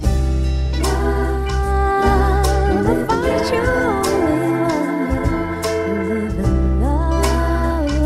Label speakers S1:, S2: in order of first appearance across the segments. S1: Love, find your only one. Live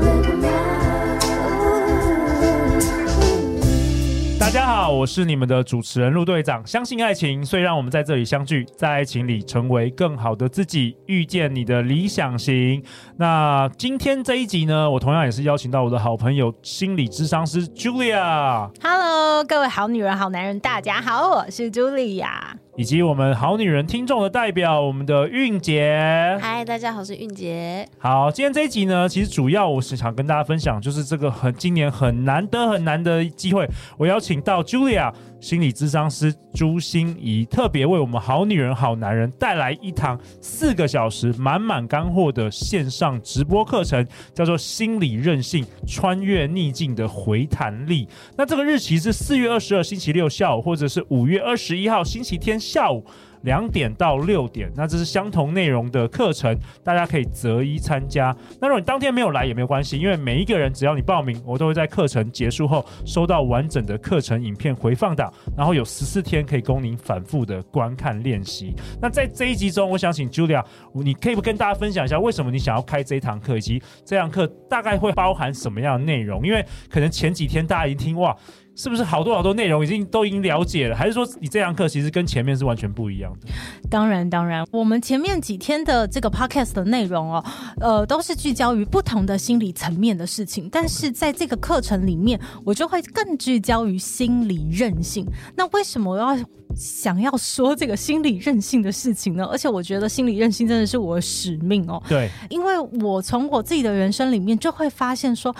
S1: in love, live in love.
S2: 大家好，我是你们的主持人陆队长。相信爱情，所以让我们在这里相聚，在爱情里成为更好的自己，遇见你的理想型。那今天这一集呢，我同样也是邀请到我的好朋友心理智商师 Julia，
S3: Hello，各位好女人、好男人，大家好，我是茱莉亚。
S2: 以及我们好女人听众的代表，我们的韵姐。
S4: 嗨，大家好，我是韵杰。
S2: 好，今天这一集呢，其实主要我是想跟大家分享，就是这个很今年很难得很难的机会，我邀请到 Julia 心理咨商师朱心怡，特别为我们好女人好男人带来一堂四个小时满满干货的线上直播课程，叫做《心理韧性：穿越逆境的回弹力》。那这个日期是四月二十二星期六下午，或者是五月二十一号星期天下午。两点到六点，那这是相同内容的课程，大家可以择一参加。那如果你当天没有来也没有关系，因为每一个人只要你报名，我都会在课程结束后收到完整的课程影片回放档，然后有十四天可以供您反复的观看练习。那在这一集中，我想请 Julia，你可以不跟大家分享一下为什么你想要开这一堂课，以及这堂课大概会包含什么样的内容？因为可能前几天大家一听哇。是不是好多好多内容已经都已经了解了？还是说你这堂课其实跟前面是完全不一样的？
S3: 当然，当然，我们前面几天的这个 podcast 的内容哦，呃，都是聚焦于不同的心理层面的事情，但是在这个课程里面，我就会更聚焦于心理韧性。那为什么我要想要说这个心理韧性的事情呢？而且我觉得心理韧性真的是我的使命哦，
S2: 对，
S3: 因为我从我自己的人生里面就会发现说。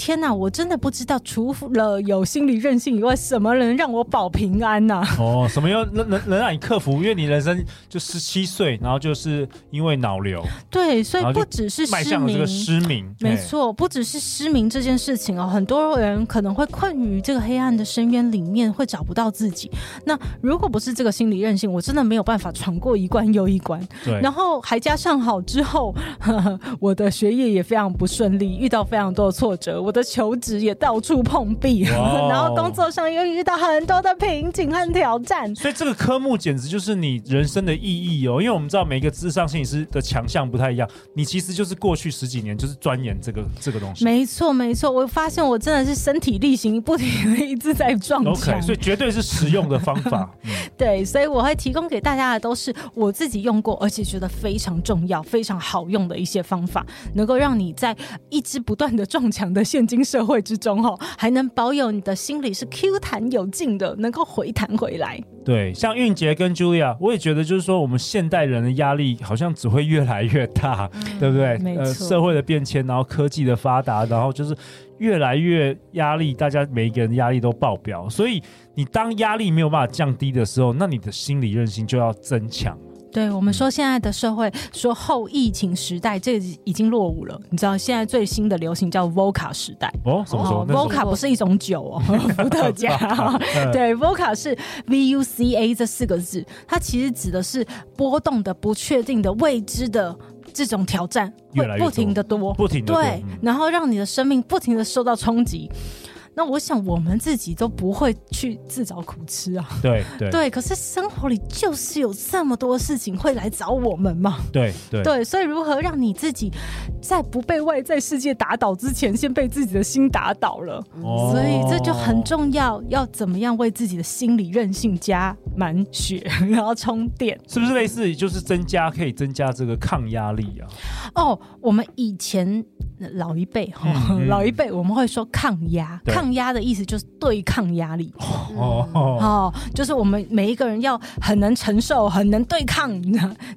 S3: 天呐，我真的不知道，除了有心理韧性以外，什么能让我保平安 呐、
S2: 哦，什么又能能能让你克服？因为你人生就十七岁，然后就是因为脑瘤
S3: 对，所
S2: 然
S3: 以
S2: 后就
S3: 不只是
S2: 迈
S3: 失
S2: 向了这
S3: 明
S2: 个，失明，
S3: 没
S2: 嘿。
S3: 错，不只是失明这件事情哦，很多人可能会困于这个黑暗的深渊里面，会找不到自己。那如果不是这个心理韧性，我真的没有办法闯过一关又一关。
S2: 对，
S3: 然后还加上好之后呵呵，我的学业也非常不顺利，遇到非常多的挫折，我的求职也到处碰壁，
S2: 哇哦
S3: 然后工作上又遇到很多的瓶颈和挑战。
S2: 所以这个科目简直就是你人生的意义哦，因为我们知道每个智商心理师的强项不太一样，你其实就是过去十几年就是钻研这个这个东西。
S3: 没错，没错，我发现我真的是身体力行，不停的一直在撞墙。
S2: OK，所以绝对是实用的方 法。嗯
S3: 对，所以我会提供给大家的都是我自己用过，而且觉得非常重要、非常好用的一些方法，能够让你在一直不断的撞墙的现今社会之中，哦，还能保有你的心理是 Q 弹有劲的，能够回弹回来。
S2: 对，像韵杰跟 Julia，我也觉得就是说，我们现代人的压力好像只会越来越大， 对不对？
S3: 嗯没
S2: 呃，
S3: 错
S2: 社会的变迁，然后科技的发达，然后就是越来越压力，大家每一个人压力都爆表。所以你当压力没有办法降低的时候，那你的心理韧性就要增强。
S3: 对我们说，现在的社会说后疫情时代，这已经落伍了。你知道现在最新的流行叫 Vodka 时代。
S2: 哦，怎么说？那是什么
S3: Vodka 不是一种酒哦， 伏特加哦。
S2: 嗯
S3: 对，Vodka 是 V U C A 这四个字，它其实指的是波动的、不确定的、未知的这种挑战，
S2: 越
S3: 会
S2: 来越
S3: 不停的多，
S2: 不停的
S3: 对，
S2: 嗯
S3: 然后让你的生命不停的受到冲击。那我想我们自己都不会去自找苦吃啊，
S2: 对对
S3: 对。可是生活里就是有这么多事情会来找我们嘛，
S2: 对对
S3: 对，所以如何让你自己在不被外在世界打倒之前，先被自己的心打倒了？
S2: 哦
S3: 所以这就很重要，要怎么样为自己的心理韧性加满血， 然后充电。
S2: 是不是类似就是增加可以增加这个抗压力啊？
S3: 哦，我们以前呃老一辈哈，
S2: 嗯嗯
S3: 老一辈我们会说抗压，
S2: 对
S3: 抗压的意思就是对抗压力
S2: 哦，
S3: 哦，就是我们每一个人要很能承受，很能对抗，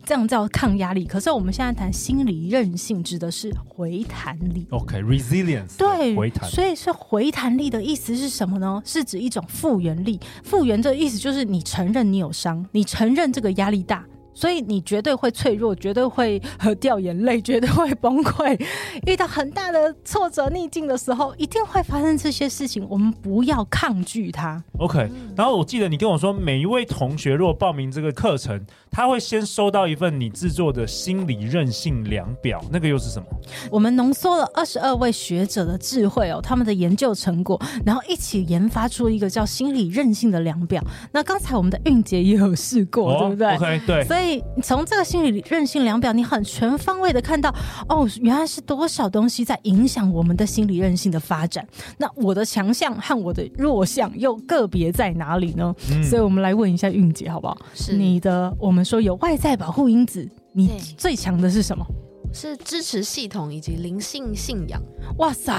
S3: 这样叫抗压力。可是我们现在谈心理韧性，指的是回弹力。
S2: OK，resilience，、
S3: 对，
S2: 回弹，
S3: 所以是回弹力的意思是什么呢？是指一种复原力。复原这个意思就是你承认你有伤，你承认这个压力大，所以你绝对会脆弱，绝对会呃掉眼泪，绝对会崩溃。 遇到很大的挫折、逆境的时候，一定会发生这些事情。我们不要抗拒它。
S2: OK，然
S3: 嗯
S2: 后我记得你跟我说，每一位同学如果报名这个课程，他会先收到一份你制作的心理韧性量表，那个又是什么？
S3: 我们浓缩了二十二位学者的智慧哦，他们的研究成果，然后一起研发出一个叫心理韧性的量表。那刚才我们的韵姐也有试
S2: 哦
S3: 过，对不对？
S2: ？OK，对，
S3: 所以从这个心理韧性量表，你很全方位的看到，哦，原来是多少东西在影响我们的心理韧性的发展。那我的强项和我的弱项又个别在哪里呢？所以我们来问一下韵姐好不好？
S4: 是
S3: 你的，我们说有外在保护因子，你
S4: 对
S3: 最强的是什么？
S4: 是支持系统以及灵性信仰，
S3: 哇塞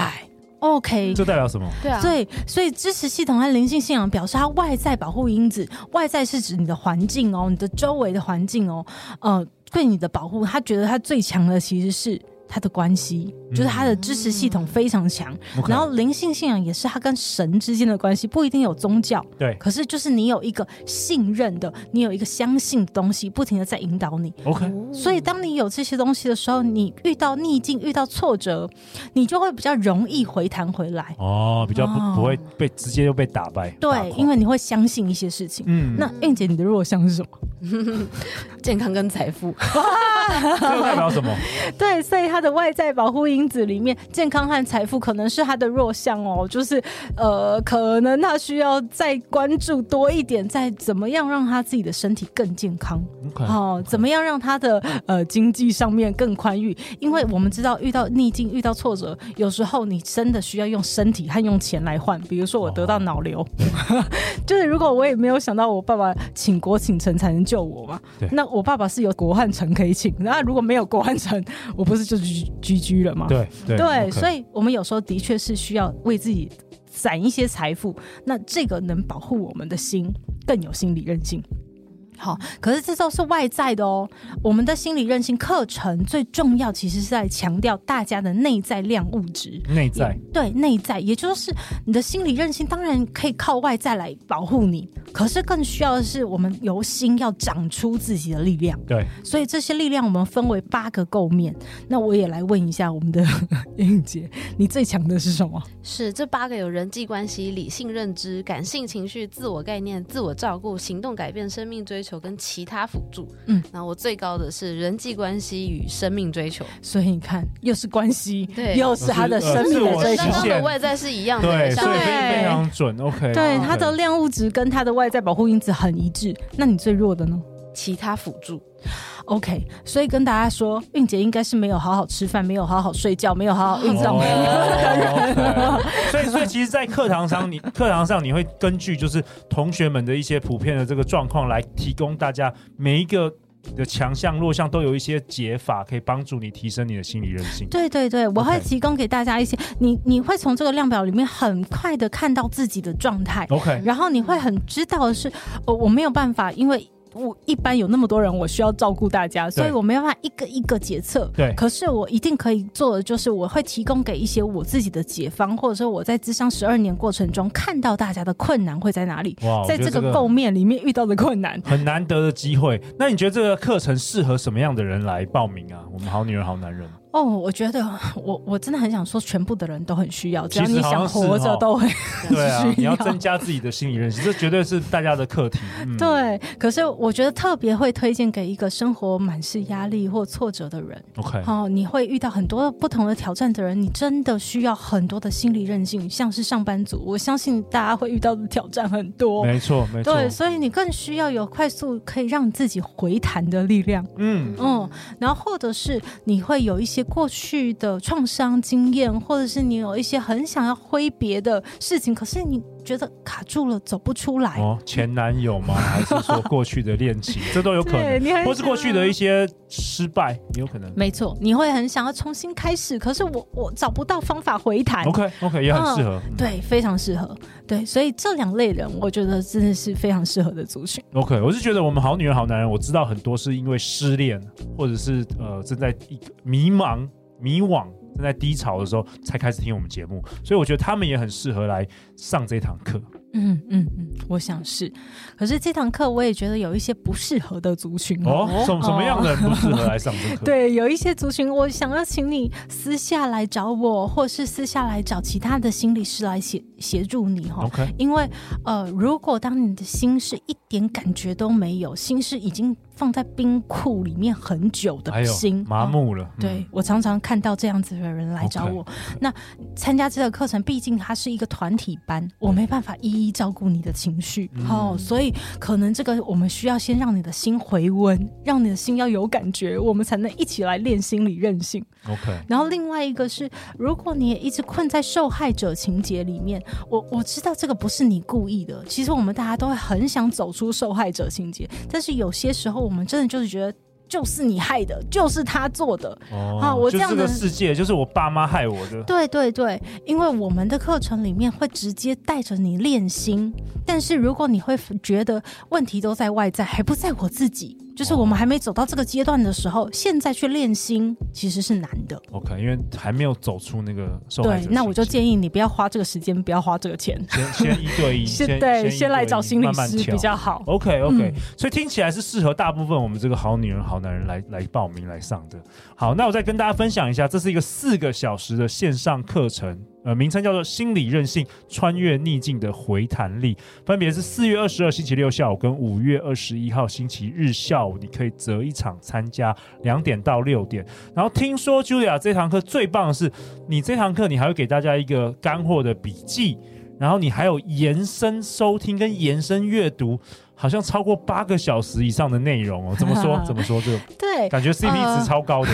S3: ，OK，
S2: 这代表什么？
S4: 对啊对
S3: 对，所以支持系统和灵性信仰表示它外在保护因子，外在是指你的环境哦，你的周围的环境哦，呃，对你的保护，他觉得他最强的其实是。他的关系就是他的支持系统非常强，
S2: 嗯 OK
S3: 然后灵性信仰也是他跟神之间的关系，不一定有宗教，
S2: 对
S3: 可是就是你有一个信任的，你有一个相信的东西，不停的在引导你。
S2: ，OK，
S3: 所以，当你有这些东西的时候，你遇到逆境、遇到挫折，你就会比较容易回弹回来。
S2: 哦，比较不、
S3: 哦
S2: 不会被直接就被打败，打
S3: 对，
S2: 垮
S3: 因为你会相信一些事情。
S2: 嗯，
S3: 那韵姐，你的弱项是什么？
S4: 健康跟财富，
S2: 这个代表 什么？
S3: 对，所以她的外在保护因子里面，健康和财富可能是她的弱项哦。就是呃，可能她需要再关注多一点，在怎么样让她自己的身体更健康
S2: OK
S3: 哦，怎么样让她的呃经济上面更宽裕？因为我们知道，遇到逆境、遇到挫折，有时候你真的需要用身体和用钱来换。比如说，我得到脑瘤，
S2: 哦
S3: 就是如果我也没有想到我爸爸请国请臣才能救我嘛
S2: 对，
S3: 那我爸爸是有国汉臣可以请，那如果没有国汉臣，我不是就居居居了吗？
S2: 对对
S3: 对，所
S2: 以
S3: 以我们有时候的确是需要为自己攒一些财富，那这个能保护我们的心更有心理韧性。好，可是这都是外在的哦。我们的心理韧性课程最重要，其实是在强调大家的内在量物质。
S2: 内在
S3: 也对内在，也就是你的心理韧性，当然可以靠外在来保护你，可是更需要的是我们由心要长出自己的力量。
S2: 对
S3: 所以这些力量我们分为八个构面。那我也来问一下我们的 英姐，你最强的是什么？
S4: 是这八个有人际关系、理性认知、感性情绪、自我概念、自我照顾、行动改变、生命追求跟其他辅助。
S3: 嗯，
S4: 那我最高的是人际关系与生命追求，
S3: 所以你看，又是关系，
S4: 对
S3: 又是他的生命
S2: 自
S3: 的
S2: 我
S3: 追
S4: 跟
S3: 求
S4: 刚。刚
S2: 实现
S4: 的外在是一样的，
S2: 哦对，
S4: 像
S2: 所以
S3: 对
S2: 非非常准，OK，
S3: 对
S2: OK
S3: 它的量物质跟它的外在保护因子很一致，那你最弱的呢
S4: 其他辅助。
S3: ？OK，所以跟大家说，韵姐应该是没有好好吃饭，没有好好睡觉，没有好好运动。
S2: 哦 OK 所以，所以其实，在课堂上，你课堂上你会根据就是同学们的一些普遍的这个状况，来提供大家每一个的强项、弱项都有一些解法，可以帮助你提升你的心理韧性。
S3: 对对对，我会
S2: OK
S3: 提供给大家一些，你你会从这个量表里面很快的看到自己的状态，
S2: OK，
S3: 然后你会很知道的是，哦，我没有办法，因为。我一般有那么多人，我需要照顾大家，所以我没办法一个一个解测。
S2: 对
S3: 可是我一定可以做的就是，我会提供给一些我自己的解方，或者说我在智商十二年过程中看到大家的困难会在哪里，
S2: 哦哇，我
S3: 在
S2: 觉得
S3: 这个构面里面遇到的困难。
S2: 很难得的机会。那你觉得这个课程适合什么样的人来报名啊？我们好女人、好男人，
S3: 哦，我觉得我我真的很想说，全部的人都很需要，只要
S2: 其实
S3: 你
S2: 好像
S3: 想活
S2: 是哦
S3: 着都会
S2: 对啊，
S3: 需
S2: 你要
S3: 要
S2: 增加自己的心理认识，这绝对是大家的课题。嗯，
S3: 对，可是我觉得特别会推荐给一个生活满是压力或挫折的人。
S2: ，OK，
S3: 哦，你会遇到很多不同的挑战的人，你真的需要很多的心理韧性，像是上班族，我相信大家会遇到的挑战很多。
S2: 没错，没错，
S3: 对，所以你更需要有快速可以让自己回弹的力量，
S2: 嗯，
S3: 嗯，然后或者是你会有一些过去的创伤经验，或者是你有一些很想要挥别的事情，可是你觉得卡住了，走不出来。
S2: 哦，前男友 吗？还是说过去的恋情？这都有可
S3: 对
S2: 能，
S3: 你很
S2: 或是过去的一些失败，也有可能。
S3: 没错，你会很想要重新开始，可是我我找不到方法回弹。
S2: OK OK，也很适合。嗯
S3: 对，非常适合。对，所以这两类人，我觉得真的是非常适合的族群。
S2: OK，我是觉得我们好女人、好男人，我知道很多是因为失恋，或者是呃正在一个迷茫、迷惘、正在低潮的时候才开始听我们节目，所以我觉得他们也很适合来上这堂课。
S3: 嗯嗯嗯，我想是。可是这堂课我也觉得有一些不适合的族群哦。
S2: 哦，什么什么样的人不适合来上这课？，
S3: 对，有一些族群，我想要请你私下来找我，或是私下来找其他的心理师来协协助你哈。
S2: OK
S3: 因为呃，如果当你的心是一点感觉都没有，心是已经放在冰库里面很久
S2: 还
S3: 的
S2: 有
S3: 心，
S2: 哎
S3: 哦
S2: 麻木了，嗯
S3: 对，我常常看到这样子的人来找
S2: OK，
S3: 我。那参加这个课程，毕竟它是一个团体班，我没办法一一照顾你的情绪，
S2: 嗯
S3: 哦，所以可能这个我们需要先让你的心回温，让你的心要有感觉，我们才能一起来练心理韧性。
S2: 嗯，OK，
S3: 然后另外一个是，如果你也一直困在受害者情节里面，我我知道这个不是你故意的。其实我们大家都会很想走出受害者情节，但是有些时候我们真的就是觉得就是你害的，就是他做的。
S2: 哦
S3: 好我
S2: 就
S3: 这样
S2: 这个
S3: 的
S2: 世界就是我爸妈害我的，
S3: 对对对，因为我们的课程里面会直接带着你练心，但是如果你会觉得问题都在外在，还不在我自己，就是
S2: 哦
S3: 我们还没走到这个阶段的时候，现在去练心其实是难的。
S2: OK，因为还没有走出那个受害者
S3: 对
S2: 情，节。
S3: 那我就建议你不要花这个时间，不要花这个钱，
S2: 先先一对 一，先
S3: 对，
S2: 一
S3: 先来
S2: 对一
S3: 找心理
S2: 慢慢
S3: 师
S2: 调
S3: 比较嗯好。
S2: OK OK，、所以听起来是适合大部分我们这个好女人、好男人来来报名来上的。好，那我再跟大家分享一下，这是一个四个小时的线上课程，呃，名称叫做《心理韧性：穿越逆境的回弹力》，分别是四月二十二星期六下午跟五月二十一号星期日下午，你可以择一场参加，两点到六点。然后听说 Julia 这堂课最棒的是，你这堂课你还会给大家一个干货的笔记。然后你还有延伸收听跟延伸阅读，好像超过八个小时以上的内容哦。怎么说？怎么说？这个
S3: 对
S2: 感觉 CP 值超高的。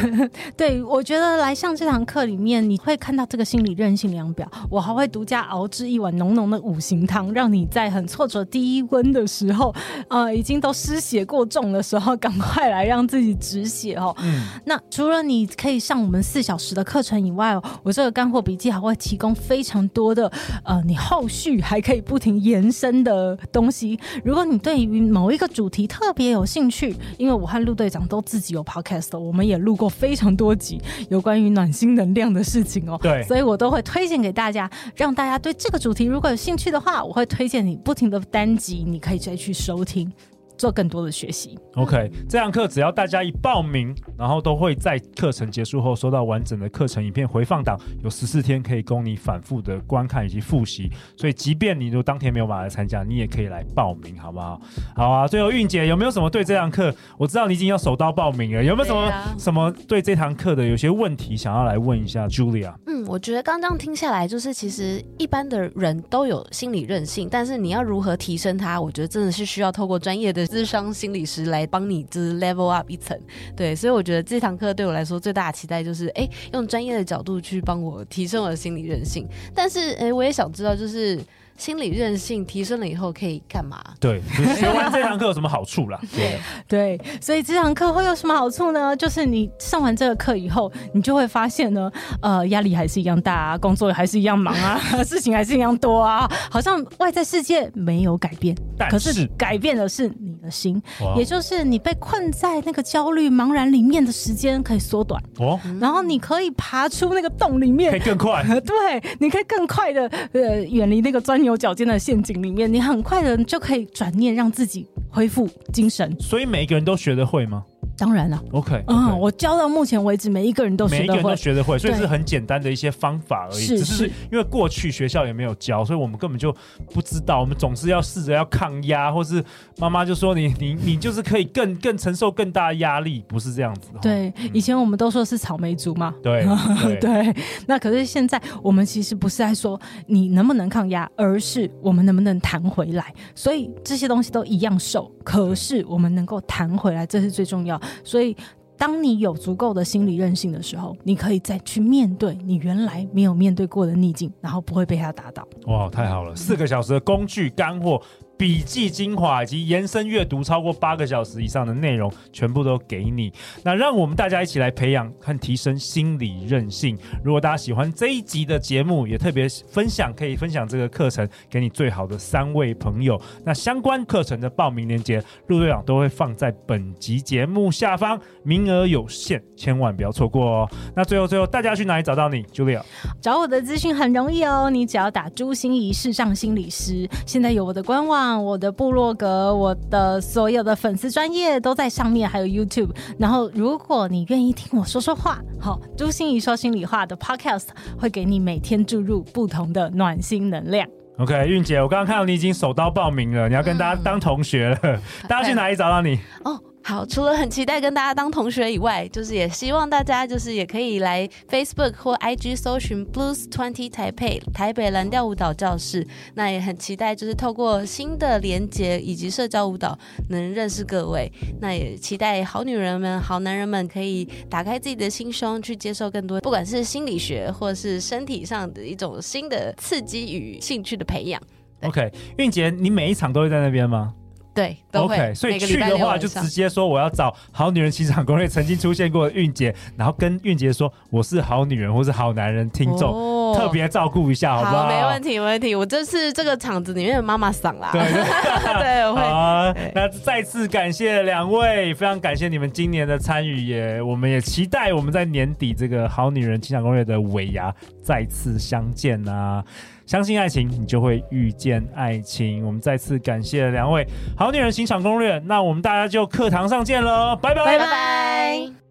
S3: 对，我觉得来上这堂课里面，你会看到这个心理韧性量表。我还会独家熬制一碗浓浓的五行汤，让你在很挫折、低温的时候，呃，已经都失血过重的时候，赶快来让自己止血哦。
S2: 嗯，
S3: 那除了你可以上我们四小时的课程以外哦，我这个干货笔记还会提供非常多的呃，你后续还可以不停延伸的东西。如果你对于某一个主题特别有兴趣，因为我和陆队长都自己有 podcast，的我们也录过非常多集有关于暖心能量的事情哦。
S2: 对
S3: 所以我都会推荐给大家，让大家对这个主题如果有兴趣的话，我会推荐你不停的单集，你可以再去收听，做更多的学习。
S2: OK，这堂课只要大家一报名，然后都会在课程结束后收到完整的课程影片回放档，有十四天可以供你反复的观看以及复习。所以，即便你如果当天没有办法来参加，你也可以来报名，好不好？好啊。最后，韵姐有没有什么对这堂课？我知道你已经要手刀报名了，有没有什么、
S4: 对啊
S2: 什么对这堂课的有些问题想要来问一下 Julia？
S4: 嗯，我觉得刚刚听下来，就是其实一般的人都有心理韧性，但是你要如何提升它，我觉得真的是需要透过专业的智商心理师来帮你就是 level up 一层。对，所以我觉得这堂课对我来说最大的期待就是，哎，用专业的角度去帮我提升我的心理韧性。但是，哎，我也想知道，就是心理韧性提升了以后可以干嘛？
S2: 对，就是学完这堂课有什么好处啦？对，
S3: 对，所以这堂课会有什么好处呢？就是你上完这个课以后，你就会发现呢，呃，压力还是一样大啊，工作还是一样 忙啊，事情还是一样多啊，好像外在世界没有改变，
S2: 但
S3: 可
S2: 是
S3: 是改变的是你的心，
S2: 哇哦
S3: 也就是你被困在那个焦虑、茫然里面的时间可以缩短，
S2: 哦，
S3: 然后你可以爬出那个洞里面
S2: 可以，更快。
S3: 对，你可以更快的呃远离那个钻牛角尖的陷阱里面，你很快的就可以转念让自己恢复精神。
S2: 所以每一个人都学得会吗
S3: 当然了。
S2: ？OK，
S3: 嗯，我教到目前为止，每一个人都
S2: 每
S3: 学
S2: 一个
S3: 得
S2: 人都
S3: 会。
S2: 学得会，所以
S3: 对
S2: 是很简单的一些方法而已。
S3: 是
S2: 只是
S3: 是
S2: 因为过去学校也没有教，所以我们根本就不知道。我们总是要试着要抗压，或是妈妈就说你你你就是可以更更承受更大的压力，不是这样子。哦
S3: 对，以前我们都说是草莓族嘛。
S2: 嗯对 对
S3: 对，那可是现在我们其实不是在说你能不能抗压，而是我们能不能弹回来。所以这些东西都一样瘦，可是我们能够弹回来，这是最重要。所以当你有足够的心理韧性的时候，你可以再去面对你原来没有面对过的逆境，然后不会被它打倒。
S2: 哇，太好了！四个小时的工具干货。笔记精华以及延伸阅读超过八个小时以上的内容，全部都给你。那让我们大家一起来培养和提升心理韧性。如果大家喜欢这一集的节目，也特别分享，可以分享这个课程给你最好的三位朋友。那相关课程的报名链接，陆队长都会放在本集节目下方，名额有限，千万不要错过哦。那最后最后，大家去哪里找到你，Julia？
S3: 找我的资讯很容易哦，你只要打“朱心怡视障心理师”，现在有我的官网、我的部落格、我的所有的粉丝专业都在上面，还有 YouTube。然后，如果你愿意听我说说话，好，朱心怡说心里话的 Podcast 会给你每天注入不同的暖心能量。
S2: OK，韵姐，我刚刚看到你已经手刀报名了，你要跟
S4: 嗯
S2: 大家当同学了， 大家去哪里找到你？
S4: 哦，好，除了很期待跟大家当同学以外，就是也希望大家就是也可以来 Facebook 或 IG 搜寻 Blues Twenty 台北台北蓝调舞蹈教室。那也很期待就是透过新的连接以及社交舞蹈能认识各位。那也期待好女人们、好男人们可以打开自己的心胸，去接受更多，不管是心理学或是身体上的一种新的刺激与兴趣的培养。对
S2: OK，韵杰，你每一场都会在那边吗
S4: 对，都会。
S2: ？OK，所以
S4: 每个礼
S2: 去
S4: 拜
S2: 的
S4: 六
S2: 话
S4: 晚
S2: 就
S4: 上
S2: 直接说我要找《好女人情场攻略》曾经出现过的韵杰，然后跟韵杰说我是好女人或是好男人听众，
S4: 哦
S2: 特别照顾一下，好不好？
S4: 没问
S2: 题。
S4: 题，没问题。我这是这个场子里面的妈妈嗓啦。
S2: 对对
S4: 对，我
S2: 好
S4: 会。
S2: 啊
S4: 对，
S2: 那再次感谢两位，非常感谢你们今年的参与，也我们也期待我们在年底这个《好女人情感攻略》的尾牙再次相见啊！相信爱情，你就会遇见爱情。我们再次感谢两位《好女人情场攻略》，那我们大家就课堂上见喽，拜拜
S4: 拜拜